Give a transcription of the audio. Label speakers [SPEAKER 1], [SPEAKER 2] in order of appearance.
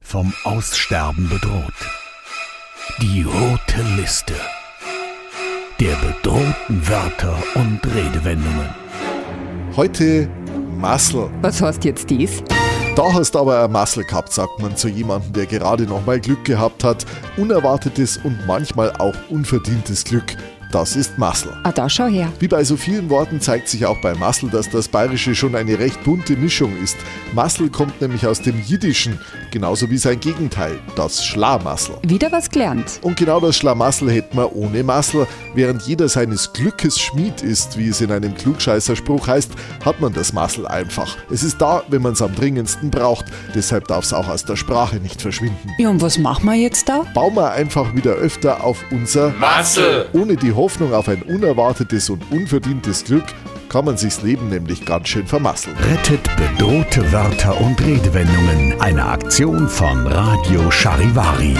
[SPEAKER 1] vom Aussterben bedroht. Die rote Liste der bedrohten Wörter und Redewendungen.
[SPEAKER 2] Heute Massel.
[SPEAKER 3] Was heißt jetzt dies?
[SPEAKER 2] Da hast aber ein Massel gehabt, sagt man zu jemandem, der gerade nochmal Glück gehabt hat. Unerwartetes und manchmal auch unverdientes Glück. Das ist Massel.
[SPEAKER 3] Ah, da schau her.
[SPEAKER 2] Wie bei so vielen Worten zeigt sich auch bei Massel, dass das Bayerische schon eine recht bunte Mischung ist. Massel kommt nämlich aus dem Jiddischen, genauso wie sein Gegenteil, das Schlamassel.
[SPEAKER 3] Wieder was gelernt.
[SPEAKER 2] Und genau das Schlamassel hätten wir ohne Massel. Während jeder seines Glückes Schmied ist, wie es in einem Klugscheißerspruch heißt, hat man das Massel einfach. Es ist da, wenn man es am dringendsten braucht. Deshalb darf es auch aus der Sprache nicht verschwinden.
[SPEAKER 3] Ja, und was machen wir jetzt da?
[SPEAKER 2] Bauen wir einfach wieder öfter auf unser Massel. Ohne die Hoffnung auf ein unerwartetes und unverdientes Glück kann man sich's Leben nämlich ganz schön vermasseln.
[SPEAKER 1] Rettet bedrohte Wörter und Redewendungen. Eine Aktion von Radio Charivari.